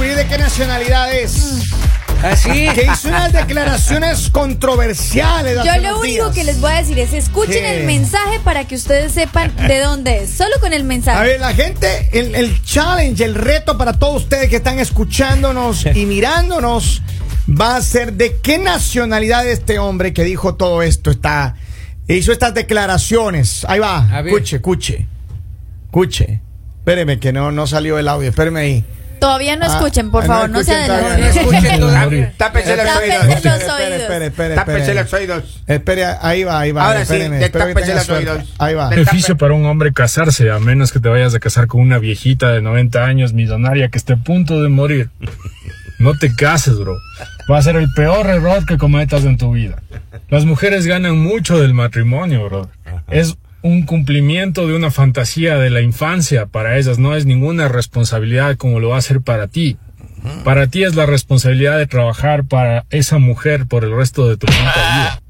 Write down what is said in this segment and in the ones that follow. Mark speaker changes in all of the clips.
Speaker 1: eh, nacionalidades.
Speaker 2: Así.
Speaker 1: Que hizo unas declaraciones controversiales.
Speaker 3: Mm. Yo
Speaker 1: hace
Speaker 3: lo
Speaker 1: unos
Speaker 3: único
Speaker 1: días.
Speaker 3: que les voy a decir es escuchen
Speaker 1: ¿Qué?
Speaker 3: el mensaje para que ustedes sepan de dónde es. Solo con el mensaje.
Speaker 1: A ver, la gente, el, el challenge, el reto para todos ustedes que están escuchándonos y mirándonos va a ser de qué nacionalidad este hombre que dijo todo esto está hizo estas declaraciones. Ahí va.
Speaker 2: A ver.
Speaker 1: Escuche, escuche. Escuche. Espéreme que no no salió el audio. Espéreme ahí.
Speaker 3: Todavía no
Speaker 1: Ah,
Speaker 3: escuchen, por
Speaker 1: no
Speaker 3: favor, no, se
Speaker 1: escuchen todavía,
Speaker 3: adelanten.
Speaker 1: no escuchen
Speaker 2: todavía.
Speaker 4: Tápense los
Speaker 3: Tápense
Speaker 4: oídos.
Speaker 3: los oídos.
Speaker 1: Espere, espere, espere,
Speaker 4: Tápense
Speaker 1: espere.
Speaker 4: los oídos.
Speaker 1: Espere, ahí va, ahí va.
Speaker 4: Ahora sí,
Speaker 1: espéreme,
Speaker 4: te
Speaker 1: espero que
Speaker 4: tapas
Speaker 1: tenga
Speaker 4: el
Speaker 1: suerte.
Speaker 4: oído.
Speaker 1: Ahí va.
Speaker 5: beneficio para un hombre casarse, a menos que te vayas a casar con una viejita de 90 años millonaria que esté a punto de morir. No te cases, bro. Va a ser el peor error que cometas en tu vida. Las mujeres ganan mucho del matrimonio, bro. Es un cumplimiento de una fantasía de la infancia para ellas. No es ninguna responsabilidad como lo va a ser para ti. Para ti es la responsabilidad de trabajar para esa mujer por el resto de tu puta vida.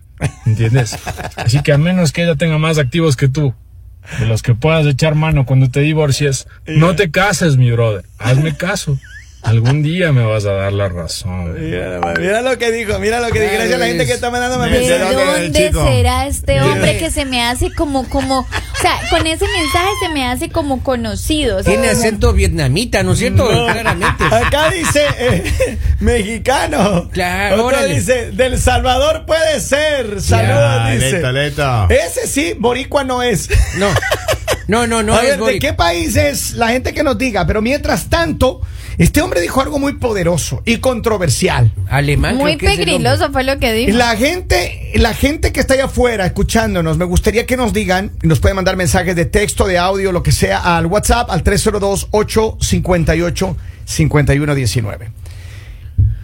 Speaker 5: ¿Entiendes? Así que a menos que ella tenga más activos que tú, de los que puedas echar mano cuando te divorcies, no te cases, mi brother. Hazme caso. Algún día me vas a dar la razón.
Speaker 1: Mira lo que dijo, mira lo que dijo. Gracias a la gente que está mandándome
Speaker 3: ¿De
Speaker 1: mensajes.
Speaker 3: dónde
Speaker 4: chico?
Speaker 3: será este hombre que se me hace como, como, o sea, con ese mensaje se me hace como conocido? o sea,
Speaker 2: Tiene
Speaker 3: como-
Speaker 2: acento vietnamita, ¿no es cierto? Claramente.
Speaker 1: Acá dice eh, mexicano.
Speaker 2: Claro,
Speaker 1: Otro
Speaker 2: órale.
Speaker 1: dice del Salvador puede ser. Saludos,
Speaker 4: Ah,
Speaker 1: dice.
Speaker 4: Leto, leto.
Speaker 1: Ese sí, boricua no es.
Speaker 2: No. No, no, no
Speaker 1: a
Speaker 2: es
Speaker 1: ver, ¿de
Speaker 2: Boric.
Speaker 1: qué país es la gente que nos diga? Pero mientras tanto, este hombre dijo algo muy poderoso y controversial.
Speaker 2: Alemán.
Speaker 3: Muy
Speaker 1: Ah,
Speaker 2: creo que es el hombre.
Speaker 3: pegriloso fue lo que dijo.
Speaker 1: La gente, la gente que está allá afuera escuchándonos, me gustaría que nos digan, nos pueden mandar mensajes de texto, de audio, lo que sea, al WhatsApp al 302-858-5119.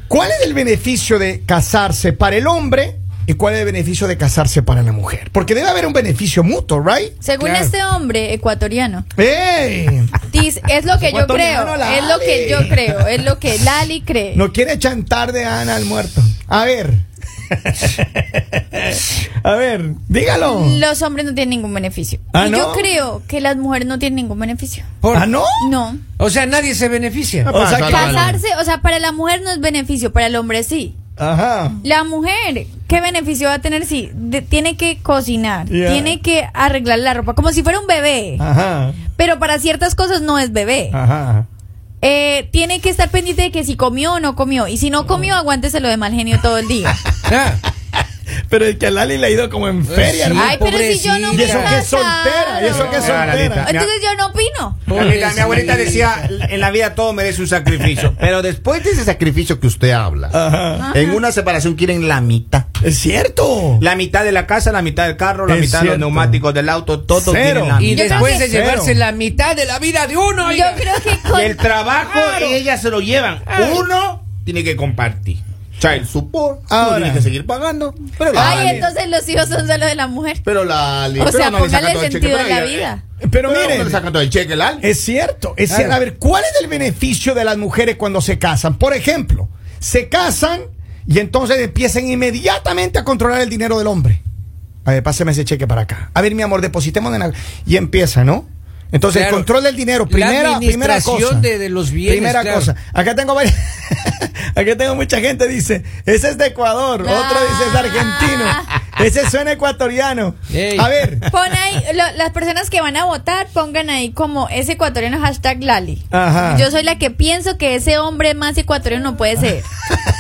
Speaker 1: ¿Cuál es el beneficio de casarse para el hombre y cuál es el beneficio de casarse para la mujer? Porque debe haber un beneficio mutuo, ¿right?
Speaker 3: Según
Speaker 2: Claro.
Speaker 3: este hombre ecuatoriano.
Speaker 1: ¡Ey!
Speaker 3: Dice, es lo que yo
Speaker 1: Ecuatoriano,
Speaker 3: creo,
Speaker 1: Lali.
Speaker 3: es lo que yo creo, es lo que Lali cree.
Speaker 1: No quiere chantar de Ana al muerto. A ver. A ver, dígalo.
Speaker 3: Los hombres no tienen ningún beneficio.
Speaker 1: ¿Ah,
Speaker 3: y
Speaker 1: no?
Speaker 3: yo creo que las mujeres no tienen ningún beneficio.
Speaker 2: Por-
Speaker 1: ¿Ah, no? pues,
Speaker 3: No.
Speaker 2: O sea, nadie se beneficia.
Speaker 1: O sea, que-
Speaker 3: Casarse, o sea, para la mujer no es beneficio, para el hombre sí.
Speaker 1: Ajá.
Speaker 3: La mujer, ¿qué beneficio va a tener si de- tiene que cocinar,
Speaker 1: Yeah. Ah.
Speaker 3: tiene que arreglar la ropa, como si fuera un bebé?
Speaker 1: Ajá.
Speaker 3: Pero para ciertas cosas no es bebé.
Speaker 1: Ah. Ajá.
Speaker 3: Eh, tiene que estar pendiente de que si comió o no comió. Y si
Speaker 1: Ah.
Speaker 3: no comió, aguánteselo de mal genio todo el día.
Speaker 2: Ah,
Speaker 1: Pero es que a Lali le ha ido como en feria,
Speaker 2: sí.
Speaker 1: hermano.
Speaker 3: Ay, pero si yo no
Speaker 1: Y
Speaker 3: me
Speaker 1: eso que
Speaker 3: he
Speaker 1: es soltera, y eso que es
Speaker 4: Claro,
Speaker 1: soltera.
Speaker 4: Lalita.
Speaker 3: Entonces yo no opino.
Speaker 4: Abuelita, mi abuelita
Speaker 2: Pobrecita.
Speaker 4: decía, en la vida todo merece un sacrificio. Pero después de ese sacrificio que usted habla,
Speaker 1: Ah. Ajá.
Speaker 4: en una separación quieren la mitad.
Speaker 1: Es cierto.
Speaker 4: La mitad de la casa, la mitad del carro, la
Speaker 1: Es
Speaker 4: mitad de
Speaker 1: cierto.
Speaker 4: los neumáticos del auto,
Speaker 1: Cero.
Speaker 4: todo quieren la
Speaker 2: Y
Speaker 3: Yo creo
Speaker 2: después
Speaker 3: que-
Speaker 2: de llevarse
Speaker 1: Cero.
Speaker 2: la mitad de la vida de uno,
Speaker 3: Yo
Speaker 2: oiga.
Speaker 3: creo que
Speaker 4: mitad.
Speaker 3: con...
Speaker 4: Y el trabajo, ellas se lo llevan. Uno tiene que compartir. Child support,
Speaker 1: Ahora.
Speaker 4: uno tiene que seguir pagando. Pero la
Speaker 3: Ay,
Speaker 4: Ale-
Speaker 3: entonces los hijos son solo de la mujer.
Speaker 4: Pero la Ale-
Speaker 3: O
Speaker 4: pero
Speaker 3: sea,
Speaker 4: no le sacan
Speaker 3: póngale
Speaker 4: todo el cheque,
Speaker 3: sentido a
Speaker 4: pero
Speaker 3: la
Speaker 4: ella-
Speaker 3: vida.
Speaker 1: Pero
Speaker 4: no
Speaker 1: miren, Eh,
Speaker 4: le sacan todo el cheque, la Ale.
Speaker 1: es cierto. Es
Speaker 2: Claro.
Speaker 1: cierto. A ver, ¿cuál es el beneficio de las mujeres cuando se casan? Por ejemplo, se casan y entonces empiezan inmediatamente a controlar el dinero del hombre. A ver, páseme ese cheque para acá. A ver, mi amor, depositemos en la... Y empieza, ¿no? Entonces,
Speaker 2: Claro.
Speaker 1: el control del dinero,
Speaker 2: La
Speaker 1: primera, primera
Speaker 2: administración
Speaker 1: cosa.
Speaker 2: de- de los bienes,
Speaker 1: Primera
Speaker 2: claro.
Speaker 1: cosa. Acá tengo varias- Acá tengo mucha gente, dice, ese es de Ecuador, otro dice es argentino, ese suena ecuatoriano.
Speaker 2: Ey.
Speaker 1: A ver.
Speaker 3: Pon ahí, lo- las personas que van a votar, pongan ahí como es ecuatoriano hashtag Lali.
Speaker 1: Ajá.
Speaker 3: Yo soy la que pienso que ese hombre más ecuatoriano no puede ser.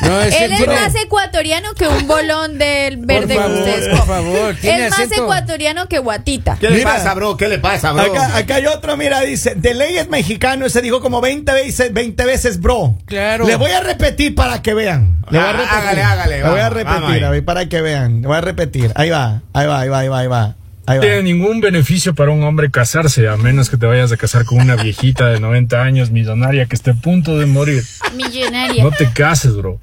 Speaker 2: No, ese
Speaker 3: Él es
Speaker 2: tiene-
Speaker 3: más ecuatoriano que un bolón del verde
Speaker 2: favor,
Speaker 3: que ustedes
Speaker 2: por
Speaker 3: comen.
Speaker 2: favor, tiene
Speaker 3: Es más
Speaker 2: acento.
Speaker 3: ecuatoriano que guatita.
Speaker 4: ¿Qué le
Speaker 1: Mira.
Speaker 4: pasa, bro? ¿Qué le pasa, bro?
Speaker 1: Acá, acá hay otro, mira, dice, de ley es mexicano, ese dijo como 20 veces, 20 veces, bro.
Speaker 2: Claro.
Speaker 1: Le voy a repetir para que vean. Le voy a
Speaker 4: Ah,
Speaker 1: repetir.
Speaker 4: hágale, hágale,
Speaker 1: Le
Speaker 4: vamos,
Speaker 1: voy a
Speaker 4: vamos ahí.
Speaker 1: repetir, a ver, para que vean. Le voy a repetir. Ahí va, ahí va, ahí va, ahí va, ahí va. Ahí
Speaker 5: No
Speaker 1: va.
Speaker 5: tiene ningún beneficio para un hombre casarse, a menos que te vayas a casar con una viejita de 90 años millonaria que esté a punto de morir.
Speaker 3: Millonaria.
Speaker 5: No te cases, bro.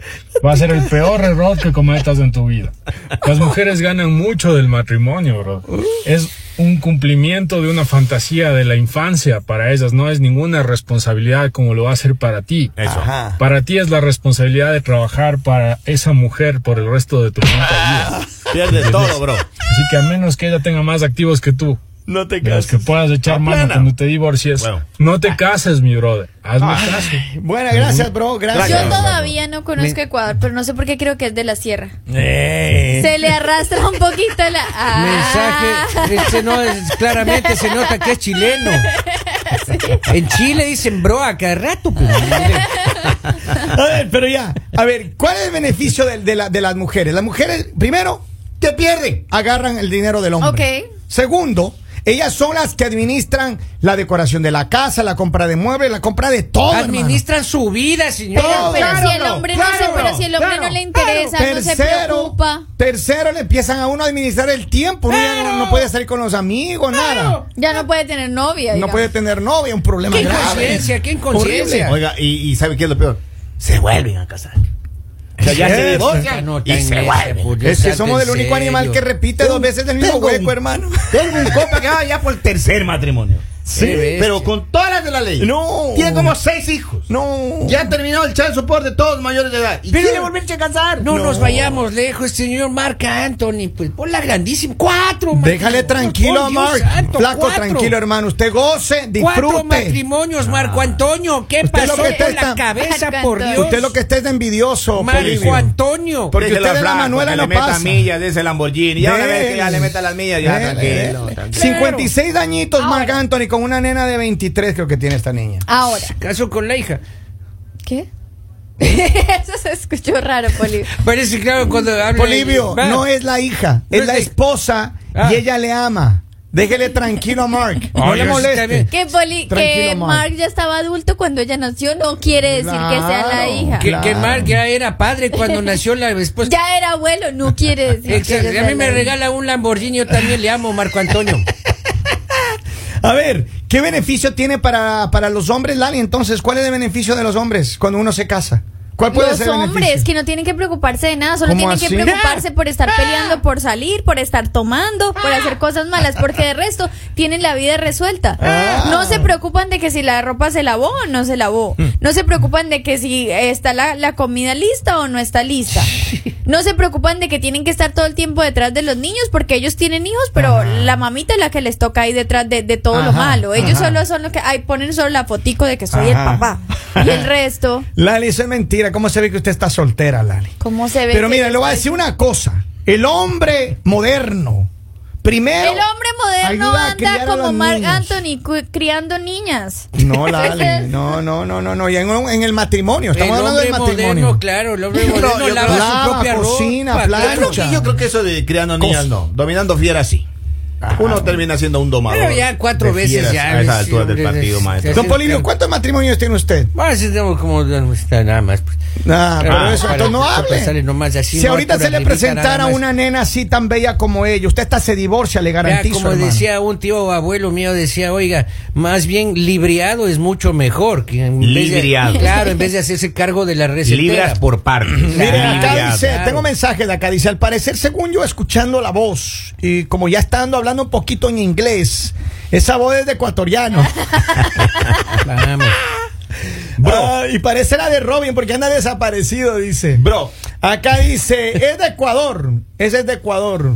Speaker 5: Va a ser el peor error que cometas en tu vida. Las mujeres ganan mucho del matrimonio, bro. Es un cumplimiento de una fantasía de la infancia para ellas. No es ninguna responsabilidad como lo va a ser para ti.
Speaker 4: Eso.
Speaker 1: Ajá.
Speaker 5: Para ti es la responsabilidad de trabajar para esa mujer por el resto de tu puta vida.
Speaker 4: Pierde todo, bro.
Speaker 5: Así que a menos que ella tenga más activos que tú,
Speaker 4: No te
Speaker 5: De los que puedas echar mano
Speaker 4: Aplana.
Speaker 5: cuando te divorcies.
Speaker 4: Bueno.
Speaker 5: No
Speaker 4: Ah.
Speaker 5: te cases, mi brother. Hazme caso.
Speaker 1: Bueno, gracias, bro. Gracias.
Speaker 3: Yo
Speaker 4: Claro, claro.
Speaker 3: todavía no conozco Ecuador, pero no sé por qué creo que es de la sierra.
Speaker 4: Eh.
Speaker 3: Se le arrastra un poquito la. Ah.
Speaker 2: Mensaje. este no, es- claramente se nota que es chileno. En Chile dicen bro a cada rato. pues.
Speaker 1: Ah. A ver, pero ya. A ver, ¿cuál es el beneficio de, de la- de las mujeres? Las mujeres, primero, te pierden. Agarran el dinero del hombre.
Speaker 3: Ok.
Speaker 1: Segundo, ellas son las que administran la decoración de la casa, la compra de muebles, la compra de todo. hermano.
Speaker 2: Administran su vida, señor.
Speaker 3: Pero, pero
Speaker 1: Claro,
Speaker 3: si el
Speaker 1: no,
Speaker 3: hombre no, se-
Speaker 1: claro,
Speaker 3: pero si el hombre
Speaker 1: claro,
Speaker 3: no le interesa, no se preocupa.
Speaker 1: tercero le empiezan a uno a administrar el tiempo. Uno ya no, no puede salir con los amigos, nada.
Speaker 3: Ya no puede tener novia.
Speaker 1: No
Speaker 3: digamos.
Speaker 1: puede tener novia, un problema
Speaker 2: Qué
Speaker 1: grave.
Speaker 2: inconsciencia, qué
Speaker 1: Horrible.
Speaker 2: inconsciencia.
Speaker 4: Oiga, y, y ¿sabe qué es lo peor? Se vuelven a casar. O sea, ya
Speaker 1: Cierto.
Speaker 4: se
Speaker 2: Ya
Speaker 4: divorcian
Speaker 2: no
Speaker 4: y
Speaker 2: tan
Speaker 4: se
Speaker 2: necio,
Speaker 4: vuelven.
Speaker 2: Julio
Speaker 1: Es que
Speaker 2: Santos,
Speaker 1: somos el
Speaker 2: en
Speaker 1: único animal
Speaker 2: serio.
Speaker 1: que repite dos veces el mismo
Speaker 4: tengo un-
Speaker 1: hueco, hermano.
Speaker 4: Tengo un compa que va ya por el tercer matrimonio.
Speaker 2: Sí.
Speaker 4: Pero con todas las de la ley.
Speaker 1: No.
Speaker 4: Tiene como seis hijos.
Speaker 1: No.
Speaker 4: Ya terminó el child support de todos mayores de edad. Y
Speaker 2: Pero-
Speaker 4: quiere volverse a casar.
Speaker 2: No, nos vayamos lejos, señor Marc Anthony. Pues por la grandísima. Cuatro.
Speaker 1: Déjale
Speaker 2: matrimonios,
Speaker 1: tranquilo a
Speaker 2: por
Speaker 1: Mark.
Speaker 2: Oh, Dios santo,
Speaker 1: Flaco,
Speaker 2: cuatro.
Speaker 1: tranquilo, hermano. Usted goce,
Speaker 2: Cuatro
Speaker 1: disfrute.
Speaker 2: matrimonios, Marco Antonio. ¿Qué
Speaker 1: Usted
Speaker 2: pasó
Speaker 1: lo que está-
Speaker 2: por la cabeza,
Speaker 3: Marco
Speaker 2: por Dios?
Speaker 3: Antonio.
Speaker 1: Usted lo que esté es de envidioso.
Speaker 2: Marco
Speaker 1: Polibio.
Speaker 2: Antonio.
Speaker 1: Porque
Speaker 4: Déjelo
Speaker 1: usted de la
Speaker 4: flaco,
Speaker 1: Manuela
Speaker 4: que
Speaker 1: no
Speaker 4: le meta
Speaker 1: pasa.
Speaker 4: millas de ese Lamborghini. Ya una vez que ya le meta las millas, ya
Speaker 1: Dele,
Speaker 4: tranquilo.
Speaker 1: dele.
Speaker 4: tranquilo.
Speaker 1: 56 añitos Marc Anthony con una nena de 23 creo que tiene esta niña.
Speaker 3: Ahora.
Speaker 2: Caso con la hija.
Speaker 3: ¿Qué? Eso se escuchó raro, Poli.
Speaker 2: Parece claro cuando habla.
Speaker 1: Polibio,
Speaker 2: Va.
Speaker 1: no es la hija,
Speaker 2: No
Speaker 1: es
Speaker 2: es
Speaker 1: la
Speaker 2: la-
Speaker 1: esposa
Speaker 2: Ah.
Speaker 1: y ella le ama. Déjele tranquilo a Mark. No le
Speaker 2: Oye, sí, está
Speaker 1: moleste.
Speaker 2: bien.
Speaker 3: Que, Poli,
Speaker 1: Tranquilo,
Speaker 3: que
Speaker 1: Mark.
Speaker 3: Mark ya estaba adulto cuando ella nació no quiere decir que sea la
Speaker 1: Claro.
Speaker 3: hija.
Speaker 2: Que,
Speaker 1: Claro.
Speaker 2: que Marc ya era padre cuando nació la esposa.
Speaker 3: Ya era abuelo, no quiere decir que
Speaker 2: Exacto.
Speaker 3: ella
Speaker 2: A
Speaker 3: sea
Speaker 2: mí me
Speaker 3: la hija.
Speaker 2: regala un Lamborghini, yo también le amo, Marco Antonio.
Speaker 1: A ver, ¿qué beneficio tiene para, para los hombres, Lali? Entonces, ¿cuál es el beneficio de los hombres cuando uno se casa? ¿Cuál puede
Speaker 3: Los
Speaker 1: ser el
Speaker 3: hombres
Speaker 1: beneficio?
Speaker 3: que no tienen que preocuparse de nada, solo
Speaker 1: ¿Cómo
Speaker 3: tienen que
Speaker 1: así?
Speaker 3: preocuparse por estar peleando, por salir, por estar tomando, por hacer cosas malas, porque de resto tienen la vida resuelta.
Speaker 1: Ah.
Speaker 3: No se preocupan de que si la ropa se lavó o no se lavó.
Speaker 1: Hmm.
Speaker 3: No se preocupan de que si está la, la comida lista o no está lista. No se preocupan de que tienen que estar todo el tiempo detrás de los niños, porque ellos tienen hijos, pero la mamita es la que les toca ahí detrás de, de todo lo
Speaker 1: Ajá,
Speaker 3: malo. Ellos
Speaker 1: ajá.
Speaker 3: solo son los que ay, ponen solo la fotico de que soy el
Speaker 1: Ajá.
Speaker 3: papá. Y el resto,
Speaker 1: Lali, eso es mentira. ¿Cómo se ve que usted está soltera, Lali?
Speaker 3: ¿cómo se ve?
Speaker 1: Pero
Speaker 3: que
Speaker 1: mira,
Speaker 3: yo
Speaker 1: le voy a decir una cosa. El hombre moderno, primero.
Speaker 3: El hombre moderno
Speaker 1: ayuda a criar
Speaker 3: anda
Speaker 1: a
Speaker 3: como
Speaker 1: los
Speaker 3: Mark
Speaker 1: niños.
Speaker 3: Anthony cu- criando niñas.
Speaker 1: No, Lali, no, no, no, no, no. Y en, un- en el matrimonio,
Speaker 2: El
Speaker 1: estamos hablando
Speaker 2: hombre
Speaker 1: del matrimonio.
Speaker 2: moderno, claro, el hombre moderno
Speaker 4: yo
Speaker 2: lava
Speaker 1: creo-
Speaker 2: su
Speaker 1: Lava,
Speaker 2: propia
Speaker 1: cocina,
Speaker 2: ropa.
Speaker 1: plancha.
Speaker 4: Yo creo que- yo creo que eso de criando niñas
Speaker 1: Cos-
Speaker 4: no. Dominando fieras sí. Uno termina siendo un domador.
Speaker 2: Pero ya cuatro
Speaker 4: de
Speaker 2: veces
Speaker 4: fieras
Speaker 2: ya.
Speaker 4: A esas
Speaker 2: sí,
Speaker 4: alturas del
Speaker 2: hombre,
Speaker 4: partido,
Speaker 2: es-
Speaker 4: maestro.
Speaker 2: es-
Speaker 1: Don Polibio, ¿cuántos matrimonios tiene usted?
Speaker 2: Bueno, ah, sí, tengo como no está nada más. pues.
Speaker 1: Ah, pero
Speaker 2: Ah,
Speaker 1: eso
Speaker 2: para-
Speaker 1: entonces no
Speaker 2: para
Speaker 1: hable.
Speaker 2: pasarle nomás así,
Speaker 1: si
Speaker 2: no
Speaker 1: ahorita se le
Speaker 2: naturalita,
Speaker 1: presentara
Speaker 2: nada más.
Speaker 1: una nena así tan bella como ella, usted hasta se divorcia, le
Speaker 2: Vea,
Speaker 1: garantizo.
Speaker 2: como
Speaker 1: hermano.
Speaker 2: decía un tío abuelo mío, decía, oiga, más bien libriado es mucho mejor. Que en vez de-
Speaker 4: Libriado.
Speaker 2: claro, en vez de hacerse cargo de la receta.
Speaker 4: Libras por partes.
Speaker 1: Miren, acá
Speaker 2: Claro,
Speaker 1: dice,
Speaker 2: claro.
Speaker 1: tengo mensaje de acá, dice, al parecer, según yo, escuchando la voz, y como ya está ando hablando un poquito en inglés, esa voz es de ecuatoriano.
Speaker 2: Pues, Vamos.
Speaker 1: Ah, y parece la de Robin, porque anda desaparecido, dice.
Speaker 4: Bro,
Speaker 1: Acá dice, es de Ecuador, ese es de Ecuador.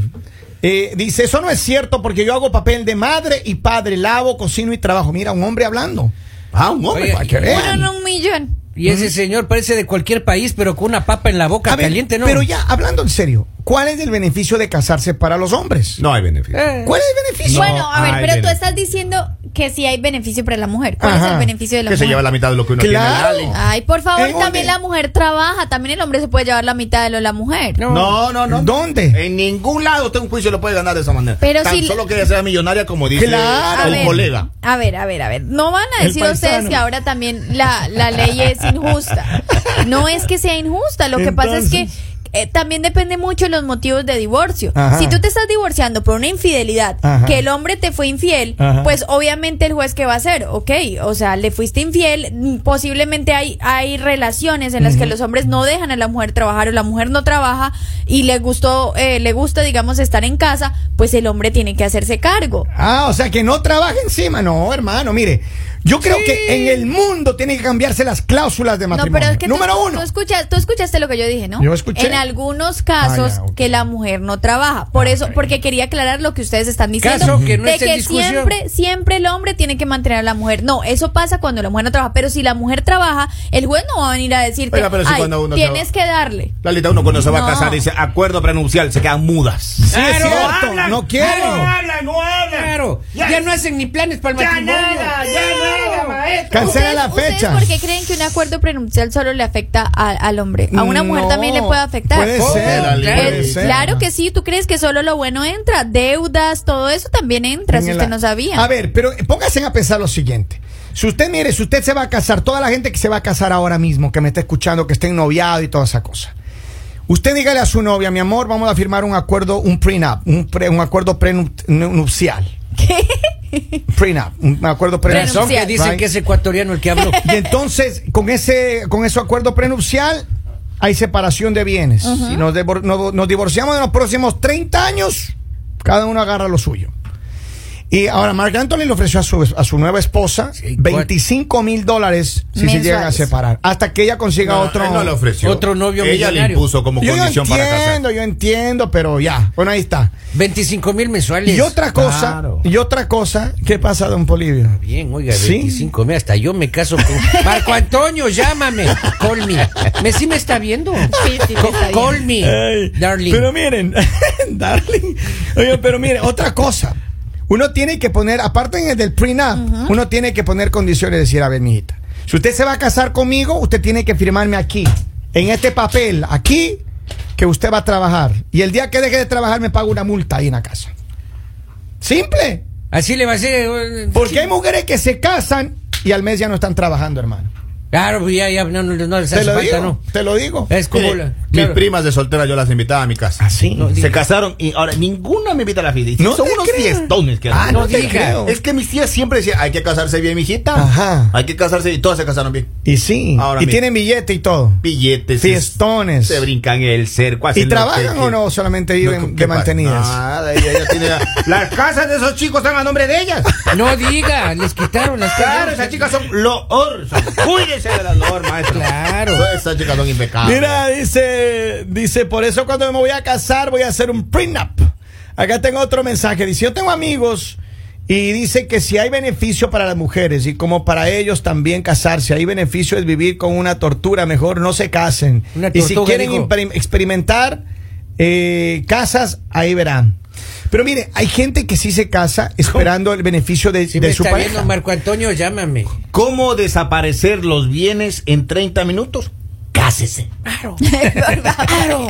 Speaker 1: Eh, dice, eso no es cierto porque yo hago papel de madre y padre, lavo, cocino y trabajo. Mira, un hombre hablando.
Speaker 4: ah, un hombre,
Speaker 2: Oye,
Speaker 4: para que
Speaker 1: y-
Speaker 4: vean.
Speaker 3: Uno en un millón.
Speaker 2: Y ese señor parece de cualquier país, pero con una papa en la boca
Speaker 1: A ver,
Speaker 2: caliente, ¿no?
Speaker 1: Pero ya, hablando en serio, ¿cuál es el beneficio de casarse para los hombres?
Speaker 4: No hay beneficio.
Speaker 2: Eh.
Speaker 1: ¿Cuál es el beneficio?
Speaker 3: bueno, a ver,
Speaker 4: hay
Speaker 3: pero tú
Speaker 4: beneficio.
Speaker 3: estás diciendo que sí hay beneficio para la mujer. ¿Cuál es
Speaker 1: Ajá, Ah. Eh,
Speaker 3: el beneficio de la
Speaker 4: que se
Speaker 3: mujer?
Speaker 4: lleva la mitad de lo que uno
Speaker 1: Claro.
Speaker 4: tiene. Dale.
Speaker 3: Ay, por
Speaker 1: ¿En
Speaker 3: favor,
Speaker 1: dónde?
Speaker 3: también la mujer trabaja, también el hombre se puede llevar la mitad de lo de la mujer.
Speaker 2: No.
Speaker 4: No, no, no.
Speaker 1: ¿Dónde?
Speaker 4: En ningún lado usted un juicio lo puede ganar de esa manera.
Speaker 3: Pero
Speaker 4: Tan
Speaker 3: si-
Speaker 4: solo que ella sea millonaria, como dice
Speaker 1: Claro.
Speaker 4: el
Speaker 3: ver,
Speaker 4: colega.
Speaker 3: A ver, a ver, a ver. No van a
Speaker 1: El
Speaker 3: decir ustedes
Speaker 1: paisano.
Speaker 3: que ahora también la, la ley es injusta. No es que sea injusta, lo que pasa es que
Speaker 1: Entonces.
Speaker 3: eh, también depende mucho de los motivos de divorcio.
Speaker 1: Ajá.
Speaker 3: Si tú te estás divorciando por una infidelidad,
Speaker 1: Ajá.
Speaker 3: que el hombre te fue infiel,
Speaker 1: Ajá.
Speaker 3: pues obviamente el juez que va a hacer, ok, o sea, le fuiste infiel, mm, posiblemente hay, hay relaciones en las que los hombres no dejan a la mujer trabajar o la mujer no trabaja y le gustó, eh, le gusta, digamos, estar en casa, pues el hombre tiene que hacerse cargo.
Speaker 1: Ah, o sea, que no trabaja encima. No, hermano, mire. Yo creo que en el mundo tienen que cambiarse las cláusulas de
Speaker 3: No,
Speaker 1: matrimonio.
Speaker 3: pero es que tú-
Speaker 1: Número
Speaker 3: tú,
Speaker 1: uno.
Speaker 3: escuchas, tú escuchaste lo que yo dije, ¿no?
Speaker 1: Yo escuché.
Speaker 3: En algunos casos
Speaker 1: Ah, ya, ok.
Speaker 3: que la mujer no trabaja. Por eso, porque quería aclarar lo que ustedes están diciendo.
Speaker 2: Caso que no
Speaker 3: de
Speaker 2: esté en
Speaker 3: que
Speaker 2: discusión.
Speaker 3: siempre, siempre el hombre tiene que mantener a la mujer. No, eso pasa cuando la mujer no trabaja. Pero si la mujer trabaja, el juez no va a venir a decirte,
Speaker 4: Oiga, pero si
Speaker 3: "Ay,
Speaker 4: cuando uno
Speaker 3: tienes
Speaker 4: traba-
Speaker 3: que darle.
Speaker 4: Lalita, uno cuando se va
Speaker 3: No.
Speaker 4: a casar dice acuerdo prenuncial, se quedan mudas.
Speaker 1: Sí, es
Speaker 2: Claro,
Speaker 1: cierto,
Speaker 2: hablan,
Speaker 1: no quiero.
Speaker 2: claro,
Speaker 4: hablan, no hablan.
Speaker 2: Claro, ya no hacen ni planes para el matrimonio.
Speaker 4: maestro.
Speaker 1: Cancela
Speaker 3: ¿Ustedes-
Speaker 1: la
Speaker 3: ustedes
Speaker 1: fecha.
Speaker 3: por qué creen que un acuerdo prenupcial solo le afecta a- al hombre? A una mujer
Speaker 1: No,
Speaker 3: también le puede afectar.
Speaker 1: Puede
Speaker 2: Oh,
Speaker 1: ser,
Speaker 2: Lalita.
Speaker 1: puede
Speaker 3: Eh,
Speaker 1: ser.
Speaker 3: Claro que sí, tú crees que solo lo bueno entra, deudas, todo eso también entra, si
Speaker 1: En
Speaker 3: usted
Speaker 1: la-
Speaker 3: no sabía.
Speaker 1: A ver, pero póngase a pensar lo siguiente. Si usted, mire, si usted se va a casar, toda la gente que se va a casar ahora mismo, que me está escuchando, que esté ennoviado y toda esa cosa. Usted dígale a su novia, mi amor, vamos a firmar un acuerdo, un prenup, un, pre- un acuerdo prenupcial. ¿Qué? Prenup, un acuerdo prenupcial.
Speaker 2: Razón que dicen
Speaker 1: right?
Speaker 2: que es ecuatoriano el que habló.
Speaker 1: Y entonces, con ese, con ese acuerdo prenupcial, hay separación de bienes. Si nos, devor- no- nos divorciamos en los próximos 30 años, cada uno agarra lo suyo. Y ahora, Mark Anthony le ofreció a su, a su nueva esposa
Speaker 2: Sí, ¿cuál?
Speaker 1: 25 mil dólares si se
Speaker 3: Mensuales.
Speaker 1: llegan a separar. Hasta que ella consiga
Speaker 4: No,
Speaker 1: otro.
Speaker 4: él no le ofreció.
Speaker 2: Otro novio
Speaker 4: Ella
Speaker 2: millonario.
Speaker 4: le impuso como
Speaker 1: yo
Speaker 4: condición
Speaker 1: entiendo,
Speaker 4: para casar.
Speaker 1: yo entiendo, pero ya. Bueno, ahí está.
Speaker 2: 25 mil mensuales.
Speaker 1: Y otra cosa,
Speaker 2: Claro.
Speaker 1: y otra cosa, ¿qué pasa, don Polivio?
Speaker 2: Bien, oiga,
Speaker 1: Sí.
Speaker 2: 25 mil. Hasta yo me caso con. Marco Antonio, llámame. Call me. Me sí me está viendo.
Speaker 3: Sí, sí, me
Speaker 2: Co-
Speaker 3: está viendo.
Speaker 2: Call me,
Speaker 1: Ay,
Speaker 2: darling.
Speaker 1: Pero miren, darling. Oye, pero miren, otra cosa. Uno tiene que poner, aparte en el del prenup, uno tiene que poner condiciones. Decir, a ver, mijita, si usted se va a casar conmigo, usted tiene que firmarme aquí, en este papel, aquí, que usted va a trabajar. Y el día que deje de trabajar, me paga una multa ahí en la casa. Simple.
Speaker 2: Así le va a oh, ser.
Speaker 1: Porque hay mujeres que se casan y al mes ya no están trabajando, hermano.
Speaker 2: Claro, pues ya, ya, no, no, no les
Speaker 1: Te
Speaker 2: hace
Speaker 1: lo
Speaker 2: falta,
Speaker 1: digo.
Speaker 2: no.
Speaker 1: Te lo digo. Ah,
Speaker 2: Es como
Speaker 4: Mire,
Speaker 2: la.
Speaker 4: Mis
Speaker 2: claro.
Speaker 4: primas de soltera yo las invitaba a mi casa.
Speaker 1: Así.
Speaker 2: No,
Speaker 4: Se
Speaker 2: diga.
Speaker 4: casaron y ahora ninguna me invita a la fiesta. Y
Speaker 1: No
Speaker 4: son
Speaker 1: te
Speaker 4: unos
Speaker 1: creo.
Speaker 4: fiestones que
Speaker 1: Ah,
Speaker 4: hacen.
Speaker 1: no,
Speaker 2: No
Speaker 1: te
Speaker 2: diga.
Speaker 1: creo.
Speaker 4: Es que mis tías siempre decían, hay que casarse bien, mijita.
Speaker 1: Ajá.
Speaker 4: Hay que casarse bien. Todas se casaron bien.
Speaker 1: Y sí.
Speaker 4: Ahora
Speaker 1: y
Speaker 4: mira.
Speaker 1: tienen billete y todo.
Speaker 4: Billetes.
Speaker 1: Fiestones.
Speaker 4: Se brincan el cerco.
Speaker 1: ¿Y
Speaker 4: hacen lo que
Speaker 1: trabajan o
Speaker 4: quieren.
Speaker 1: no solamente
Speaker 4: No, Ah,
Speaker 1: viven
Speaker 4: ¿qué
Speaker 1: de
Speaker 4: pasa?
Speaker 1: mantenidas?
Speaker 4: Nada, ella- ella tiene la- Las casas de esos chicos están a nombre de ellas.
Speaker 2: No diga, les quitaron las
Speaker 4: Claro,
Speaker 2: casas.
Speaker 4: esas chicas son loor. son- Cuídense de las loor, maestro.
Speaker 2: Claro.
Speaker 1: Pues,
Speaker 4: Esas chicas son impecables.
Speaker 1: Mira, dice, dice, por eso cuando me voy a casar voy a hacer un prenup. Acá tengo otro mensaje. Dice, yo tengo amigos y dice que si hay beneficio para las mujeres y como para ellos también casarse, hay beneficio es vivir con una tortura, mejor no se casen.
Speaker 2: Una
Speaker 1: y si
Speaker 2: tortuga,
Speaker 1: quieren
Speaker 2: dijo.
Speaker 1: impre- experimentar eh, casas, ahí verán. Pero mire, hay gente que sí se casa esperando el beneficio de,
Speaker 2: Si
Speaker 1: de
Speaker 2: me
Speaker 1: su
Speaker 2: está
Speaker 1: pareja.
Speaker 2: viendo Marco Antonio, llámame.
Speaker 4: ¿Cómo desaparecer los bienes en 30 minutos? Cásese.
Speaker 2: Claro. Claro.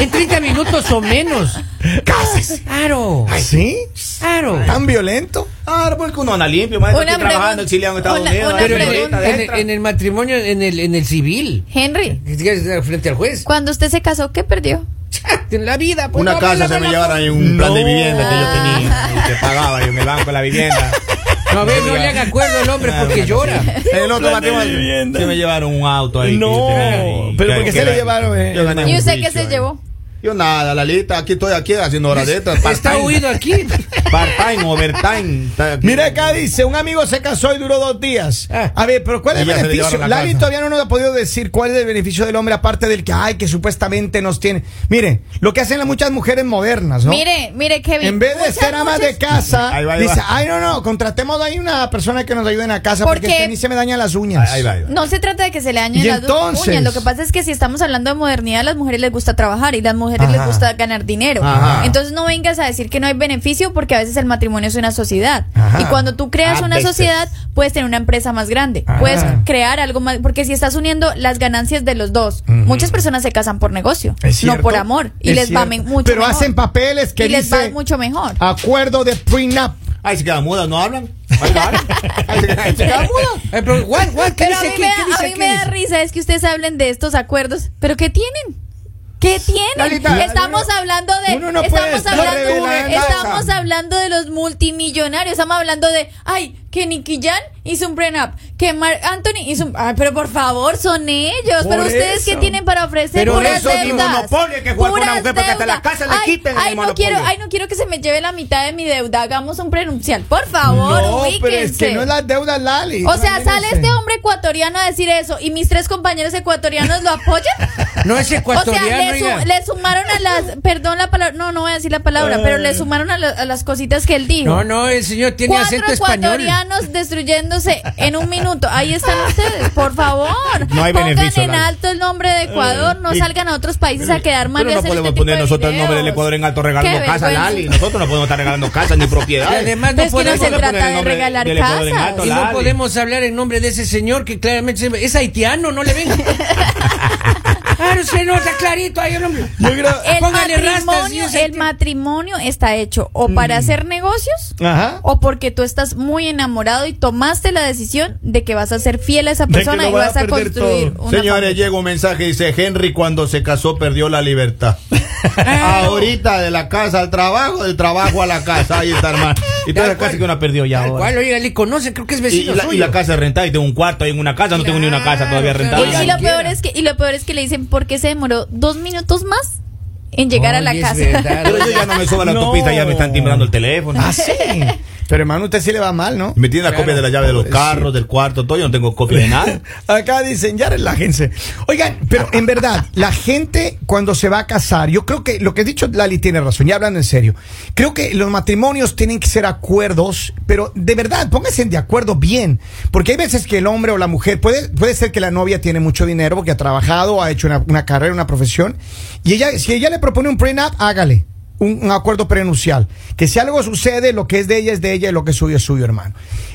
Speaker 2: En 30 minutos o menos.
Speaker 4: Cásese.
Speaker 2: Claro.
Speaker 1: ¿Sí?
Speaker 2: Claro.
Speaker 1: ¿Tan violento?
Speaker 4: Ah, porque uno anda limpio, maestro.
Speaker 3: Una
Speaker 4: Aquí trabajando,
Speaker 3: pregunta-
Speaker 4: exiliado en Estados
Speaker 3: una-
Speaker 4: Unidos.
Speaker 3: una
Speaker 4: dando
Speaker 2: Pero en el,
Speaker 4: vuelta
Speaker 3: pregunta.
Speaker 4: de
Speaker 2: en el-
Speaker 4: extra.
Speaker 2: en el matrimonio, en el, en el civil.
Speaker 3: Henry,
Speaker 2: Que digas Frente al juez.
Speaker 3: cuando usted se casó, ¿qué perdió? Ah,
Speaker 2: En la vida. pues,
Speaker 4: Una
Speaker 2: no,
Speaker 4: casa
Speaker 2: vela,
Speaker 4: se me
Speaker 2: vela,
Speaker 4: llevaron en un plan de vivienda que yo tenía. Y te pagaba yo en el banco de la vivienda.
Speaker 2: No, a ver, no le haga acuerdo al hombre
Speaker 4: Ah,
Speaker 2: porque
Speaker 4: una
Speaker 2: llora.
Speaker 4: cosa. En el otro
Speaker 1: Plan de
Speaker 4: matrimonio,
Speaker 1: vivienda.
Speaker 4: Se me llevaron un auto ahí. que
Speaker 1: No,
Speaker 4: yo tenía ahí.
Speaker 1: pero ¿por
Speaker 4: Que-
Speaker 1: qué
Speaker 4: que
Speaker 1: se le
Speaker 4: era-
Speaker 1: llevaron, eh?
Speaker 4: Yo ganaba
Speaker 3: ¿Y
Speaker 4: un
Speaker 3: usted qué
Speaker 4: juicio
Speaker 3: se
Speaker 4: ahí.
Speaker 3: llevó?
Speaker 4: Yo nada, Lalita, aquí estoy aquí haciendo horas de estas.
Speaker 2: Está
Speaker 4: part-time.
Speaker 2: huido aquí. Eh,
Speaker 4: Part-time, overtime. está aquí.
Speaker 1: Mira acá dice, un amigo se casó y duró dos días.
Speaker 2: Ah.
Speaker 1: A ver, pero ¿cuál es
Speaker 4: Y
Speaker 1: el
Speaker 4: ya se le
Speaker 1: beneficio?
Speaker 4: llevaron la
Speaker 1: Lali
Speaker 4: casa.
Speaker 1: todavía no nos ha podido decir cuál es el beneficio del hombre aparte del que, ay, que supuestamente nos tiene. Mire, lo que hacen las muchas mujeres modernas, ¿no?
Speaker 3: Mire, mire, Kevin.
Speaker 1: en vez de
Speaker 3: muchas,
Speaker 1: ser amas de
Speaker 3: muchas-
Speaker 1: casa,
Speaker 4: Ahí va, ahí
Speaker 1: dice,
Speaker 4: va.
Speaker 1: ay, no, no, contratemos ahí una persona que nos ayude en la casa
Speaker 3: ¿Por
Speaker 1: porque
Speaker 3: qué?
Speaker 1: es que a mí se me dañan las uñas.
Speaker 4: Ahí va, ahí va.
Speaker 3: No se trata de que se le dañen
Speaker 1: Y
Speaker 3: las dos
Speaker 1: entonces-
Speaker 3: uñas. Lo que pasa es que si estamos hablando de modernidad, a las mujeres les gusta trabajar y las mujeres
Speaker 1: Ajá.
Speaker 3: les gusta ganar dinero.
Speaker 4: Ajá.
Speaker 3: Entonces no vengas a decir que no hay beneficio porque a veces el matrimonio es una sociedad.
Speaker 1: Ajá.
Speaker 3: Y cuando tú creas
Speaker 4: A
Speaker 3: una
Speaker 4: veces.
Speaker 3: sociedad, puedes tener una empresa más grande.
Speaker 1: Ajá.
Speaker 3: Puedes crear algo más. Porque si estás uniendo las ganancias de los dos, muchas personas se casan por negocio,
Speaker 1: Es
Speaker 3: no
Speaker 1: cierto,
Speaker 3: por amor. Y
Speaker 1: es
Speaker 3: les
Speaker 1: cierto.
Speaker 3: va me- mucho
Speaker 1: Pero
Speaker 3: mejor.
Speaker 1: hacen papeles que
Speaker 3: y les va
Speaker 1: dicen
Speaker 3: mucho mejor.
Speaker 1: acuerdo de prenup.
Speaker 4: Ay, se quedan mudas, no hablan. Ahí va. Ay, se
Speaker 1: Ah,
Speaker 4: quedan- se quedan mudas.
Speaker 2: Eh, pero, what, what, ¿Qué
Speaker 3: Pero a
Speaker 2: dice
Speaker 3: mí,
Speaker 2: aquí?
Speaker 3: me,
Speaker 2: ¿Qué
Speaker 3: da- a
Speaker 2: dice
Speaker 3: mí me da
Speaker 2: aquí?
Speaker 3: risa es que ustedes hablen de estos acuerdos, pero ¿qué tienen? ¿Qué tienen?
Speaker 1: Lalita,
Speaker 3: estamos
Speaker 1: uno-
Speaker 3: hablando de
Speaker 1: uno no puede
Speaker 3: estamos
Speaker 1: estar
Speaker 3: hablando
Speaker 1: revelando.
Speaker 3: estamos hablando de los multimillonarios, estamos hablando de, ay, que Nicky Jan hizo un prenup, que Mark Anthony hizo un... Ay, pero por favor, son ellos.
Speaker 1: Por
Speaker 3: pero ustedes, ¿qué
Speaker 1: eso.
Speaker 3: tienen para ofrecer?
Speaker 2: Pero
Speaker 3: Puras
Speaker 2: eso es un
Speaker 3: deudas,
Speaker 4: monopolio, hay que jugar con una
Speaker 3: puras
Speaker 4: mujer para que hasta
Speaker 3: deudas.
Speaker 4: la casa le
Speaker 3: Ay,
Speaker 4: quiten el
Speaker 3: ay, no
Speaker 4: monopolio.
Speaker 3: quiero, Ay, no quiero que se me lleve la mitad de mi deuda. Hagamos un prenupcial. Por favor,
Speaker 1: no, pero es
Speaker 3: ubíquense.
Speaker 1: que no es la deuda, Lali.
Speaker 3: O sea, sale
Speaker 1: Imagínense.
Speaker 3: este hombre ecuatoriano a decir eso y mis tres compañeros ecuatorianos lo apoyan.
Speaker 2: No es ecuatoriano,
Speaker 3: O sea, le, su-
Speaker 2: oiga.
Speaker 3: le sumaron a las, perdón la palabra, no, no voy a decir la palabra, pero le sumaron a, la- a las cositas que él dijo.
Speaker 2: No, no, el señor tiene
Speaker 3: Cuatro
Speaker 2: acento español.
Speaker 3: ecuatorianos destruyéndose en un minuto. Ahí están ustedes, por favor.
Speaker 4: No hay
Speaker 3: Pongan
Speaker 4: beneficio,
Speaker 3: en
Speaker 4: Lali.
Speaker 3: alto el nombre de Ecuador, no
Speaker 4: y-
Speaker 3: salgan a otros países a quedar mal.
Speaker 4: Pero
Speaker 3: y
Speaker 4: no
Speaker 3: hacer este
Speaker 4: podemos
Speaker 3: tipo
Speaker 4: poner
Speaker 3: de
Speaker 4: nosotros el nombre del
Speaker 3: videos.
Speaker 4: Ecuador en alto regalando
Speaker 3: Qué
Speaker 4: casa,
Speaker 3: vergüenza.
Speaker 4: Lali. Nosotros no podemos estar regalando casas ni
Speaker 2: Y
Speaker 4: propiedades.
Speaker 2: además no
Speaker 3: Pero es que no
Speaker 2: podemos,
Speaker 3: se
Speaker 4: poner el
Speaker 3: trata de
Speaker 4: nombre
Speaker 3: regalar
Speaker 4: del Ecuador en
Speaker 3: casas.
Speaker 4: alto,
Speaker 2: y no
Speaker 4: Lali.
Speaker 2: podemos hablar en nombre de ese señor que claramente se- es haitiano, no le ven. Claro, se nota clarito ahí el hombre.
Speaker 3: El
Speaker 2: Póngale rastas y un
Speaker 3: matrimonio, el
Speaker 2: centímetro.
Speaker 3: matrimonio está hecho o para
Speaker 4: Mm.
Speaker 3: hacer negocios
Speaker 1: Ajá.
Speaker 3: o porque tú estás muy enamorado y tomaste la decisión de que vas a ser fiel a esa
Speaker 4: De que
Speaker 3: persona
Speaker 4: lo
Speaker 3: y
Speaker 4: vas a
Speaker 3: vas a,
Speaker 4: perder
Speaker 3: construir
Speaker 4: todo.
Speaker 3: una
Speaker 6: Señores,
Speaker 3: familia.
Speaker 6: llega un mensaje dice, Henry cuando se casó perdió la libertad. Ahorita de la casa al trabajo, del trabajo a la casa, ahí está hermano. Y toda
Speaker 2: Tal
Speaker 6: la casa
Speaker 2: cual.
Speaker 6: que una perdió ya
Speaker 2: Tal
Speaker 6: ahora.
Speaker 2: cual, oiga, le conocen, creo que es
Speaker 6: Y, y
Speaker 2: vecino
Speaker 6: la, y
Speaker 2: suyo.
Speaker 6: la casa rentada, y tengo un cuarto ahí en una casa, no tengo ni una casa todavía
Speaker 2: Claro,
Speaker 6: rentada.
Speaker 2: claro.
Speaker 3: y, y lo
Speaker 2: Cualquiera.
Speaker 3: peor es que y lo peor es que le dicen por qué se demoró dos minutos más en llegar a la
Speaker 2: Oye, es
Speaker 3: casa.
Speaker 2: verdad.
Speaker 6: Pero yo ya no me subo a la
Speaker 1: No.
Speaker 6: autopista, ya me están timbrando el teléfono.
Speaker 1: Ah, sí. Pero hermano, usted sí le va mal, ¿no?
Speaker 6: Me tienen la copia de la llave de los carros, del cuarto, todo, yo no tengo copia de nada.
Speaker 1: Acá dicen, ya relájense. Oigan, pero en verdad, la gente cuando se va a casar, yo creo que lo que ha dicho Lali tiene razón, ya hablando en serio. Creo que los matrimonios tienen que ser acuerdos, pero de verdad, pónganse de acuerdo bien. Porque hay veces que el hombre o la mujer, puede, puede ser que la novia tiene mucho dinero porque ha trabajado, ha hecho una, una carrera, una profesión, y ella, si ella le propone un prenup, hágale. Un, un acuerdo prenucial. Que si algo sucede, lo que es de ella es de ella y lo que es suyo es suyo, hermano.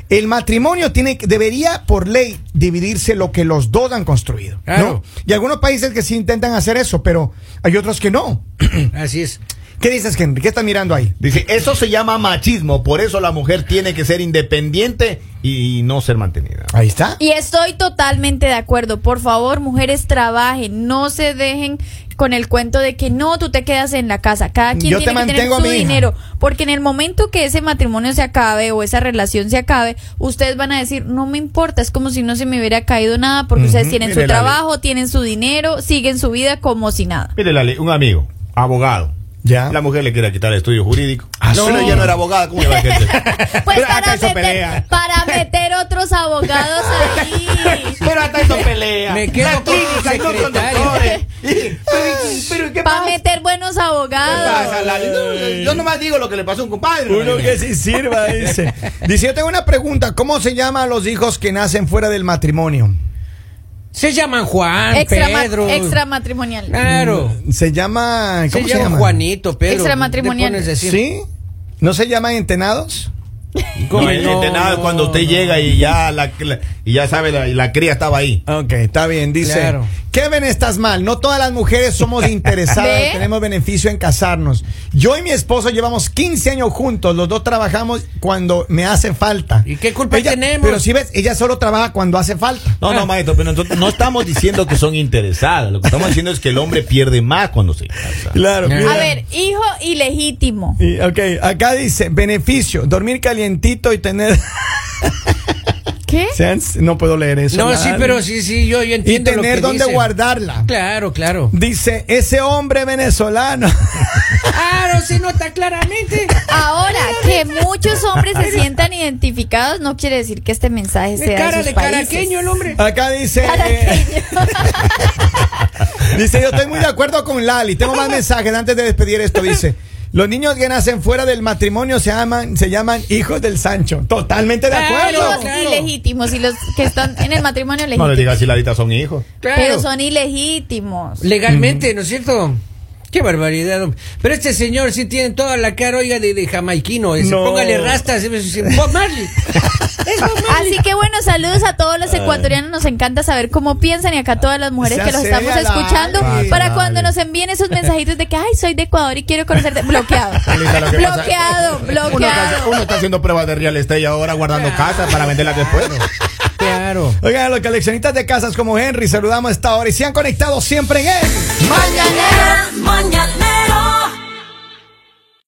Speaker 1: El matrimonio tiene, que- debería, por ley, dividirse lo que los dos han construido. ¿no?
Speaker 2: Claro.
Speaker 1: Y algunos países que sí intentan hacer eso, pero hay otros que no.
Speaker 2: Así es.
Speaker 1: ¿Qué dices, Henry? ¿Qué estás mirando ahí?
Speaker 6: Dice, eso se llama machismo, por eso la mujer tiene que ser independiente y no ser mantenida.
Speaker 1: Ahí está.
Speaker 3: Y estoy totalmente de acuerdo. Por favor, mujeres, trabajen. No se dejen con el cuento de que no, tú te quedas en la casa. Cada quien
Speaker 1: Yo
Speaker 3: tiene
Speaker 1: te
Speaker 3: que tener
Speaker 1: mantengo a
Speaker 3: su
Speaker 1: mi hija.
Speaker 3: dinero. Porque en el momento que ese matrimonio se acabe o esa relación se acabe, ustedes van a decir, no me importa. Es como si no se me hubiera caído nada porque ustedes tienen su
Speaker 6: mire la ley.
Speaker 3: trabajo, tienen su dinero, siguen su vida como si nada.
Speaker 6: Mire, Lali, un amigo, abogado.
Speaker 1: Ya.
Speaker 6: La mujer le quiere quitar el estudio jurídico.
Speaker 1: Ah,
Speaker 6: no,
Speaker 1: sí.
Speaker 6: pero ella no era abogada, ¿cómo le va a quitar?
Speaker 3: Pues
Speaker 4: Pero hasta
Speaker 3: para
Speaker 4: eso
Speaker 3: meter,
Speaker 4: pelea.
Speaker 3: para meter otros abogados ahí.
Speaker 4: Pero hasta eso pelea.
Speaker 2: Me quedo
Speaker 4: La
Speaker 2: con
Speaker 4: clínica,
Speaker 2: el
Speaker 4: no con
Speaker 2: secretario.
Speaker 4: doctores. Y- pero- pero ¿qué
Speaker 3: Para
Speaker 4: pasa?
Speaker 3: meter buenos abogados.
Speaker 4: pasa, Lali? No, Yo nomás digo lo que le pasó a un compadre.
Speaker 1: Uno que sí sirva, dice. Dice, yo tengo una pregunta. ¿Cómo se llama a los hijos que nacen fuera del matrimonio?
Speaker 2: Se llaman Juan,
Speaker 3: Extra,
Speaker 2: Pedro.
Speaker 3: matrimonial.
Speaker 2: Claro.
Speaker 1: Se llama...
Speaker 2: Se
Speaker 1: ¿Cómo se,
Speaker 2: llaman
Speaker 1: llama?
Speaker 2: Juanito, Pedro.
Speaker 3: Extramatrimonial.
Speaker 2: le pones así.
Speaker 1: ¿Sí? ¿No se llaman entenados?
Speaker 6: No,
Speaker 2: ¿Cómo
Speaker 6: el
Speaker 2: no?
Speaker 6: internado es cuando usted llega y ya la, la- y ya sabe, la, la cría estaba ahí.
Speaker 1: Ok, está bien. Dice,
Speaker 2: Claro.
Speaker 1: Kevin, estás mal. No todas las mujeres somos interesadas
Speaker 3: ¿Ve?
Speaker 1: y tenemos beneficio en casarnos. Yo y mi esposo llevamos 15 años juntos. Los dos trabajamos cuando me hace falta.
Speaker 2: ¿Y qué culpa
Speaker 1: Ella-
Speaker 2: tenemos?
Speaker 1: Pero si ves, ella solo trabaja cuando hace falta.
Speaker 6: No,
Speaker 2: Ah.
Speaker 6: no, maestro, pero nosotros no estamos diciendo que son interesadas. Lo que estamos diciendo es que el hombre pierde más cuando se casa.
Speaker 1: Claro.
Speaker 2: mira.
Speaker 3: A ver, hijo ilegítimo.
Speaker 1: Y, ok, acá dice, beneficio, dormir calientito y tener...
Speaker 3: ¿Qué?
Speaker 1: Seans- no puedo leer eso.
Speaker 2: No,
Speaker 1: nada.
Speaker 2: sí, pero sí, sí, yo, yo
Speaker 1: Y
Speaker 2: entiendo lo
Speaker 1: tener
Speaker 2: que
Speaker 1: dónde
Speaker 2: dicen.
Speaker 1: guardarla.
Speaker 2: Claro, claro.
Speaker 1: Dice, ese hombre venezolano.
Speaker 2: Claro, se nota claramente.
Speaker 3: Ahora, que muchos hombres se sientan identificados no quiere decir que este mensaje
Speaker 2: De
Speaker 3: sea
Speaker 2: cara
Speaker 3: de sus
Speaker 2: de
Speaker 3: países.
Speaker 2: caraqueño el hombre.
Speaker 1: Acá dice... eh, Dice, yo estoy muy de acuerdo con Lali. Tengo más mensajes antes de despedir esto. Dice, los niños que nacen fuera del matrimonio se llaman, se llaman hijos del Sancho. Totalmente de
Speaker 3: Hijos
Speaker 1: acuerdo.
Speaker 2: Claro.
Speaker 3: ilegítimos y los que están en el matrimonio
Speaker 6: No le
Speaker 3: legítimo.
Speaker 6: digas si la ahorita son hijos.
Speaker 3: pero
Speaker 2: Claro.
Speaker 3: son ilegítimos.
Speaker 2: Legalmente, ¿no es cierto? Qué barbaridad, hombre. Pero este señor sí tiene toda la cara, oiga, de, de jamaiquino. ese.
Speaker 1: No.
Speaker 2: Póngale rastas. ese- ese- Bob Marley. Es Bob Marley.
Speaker 3: Así que bueno, saludos a todos los ecuatorianos. Nos encanta saber cómo piensan y acá todas las mujeres
Speaker 1: Sea
Speaker 3: que los
Speaker 1: seria,
Speaker 3: estamos
Speaker 1: Lali.
Speaker 3: escuchando
Speaker 1: Pasa,
Speaker 3: para cuando
Speaker 1: Lali.
Speaker 3: nos envíen esos mensajitos de que ay soy de Ecuador y quiero conocerte bloqueado,
Speaker 6: Lisa, lo que pasa-
Speaker 3: bloqueado,
Speaker 6: Uno está,
Speaker 3: bloqueado.
Speaker 6: uno está haciendo pruebas de real estate ahora guardando casas para venderlas después.
Speaker 2: Claro.
Speaker 1: Oigan, a los coleccionistas de casas como Henry, saludamos a esta hora y se han conectado siempre en él.
Speaker 7: Mañanero, mañanero.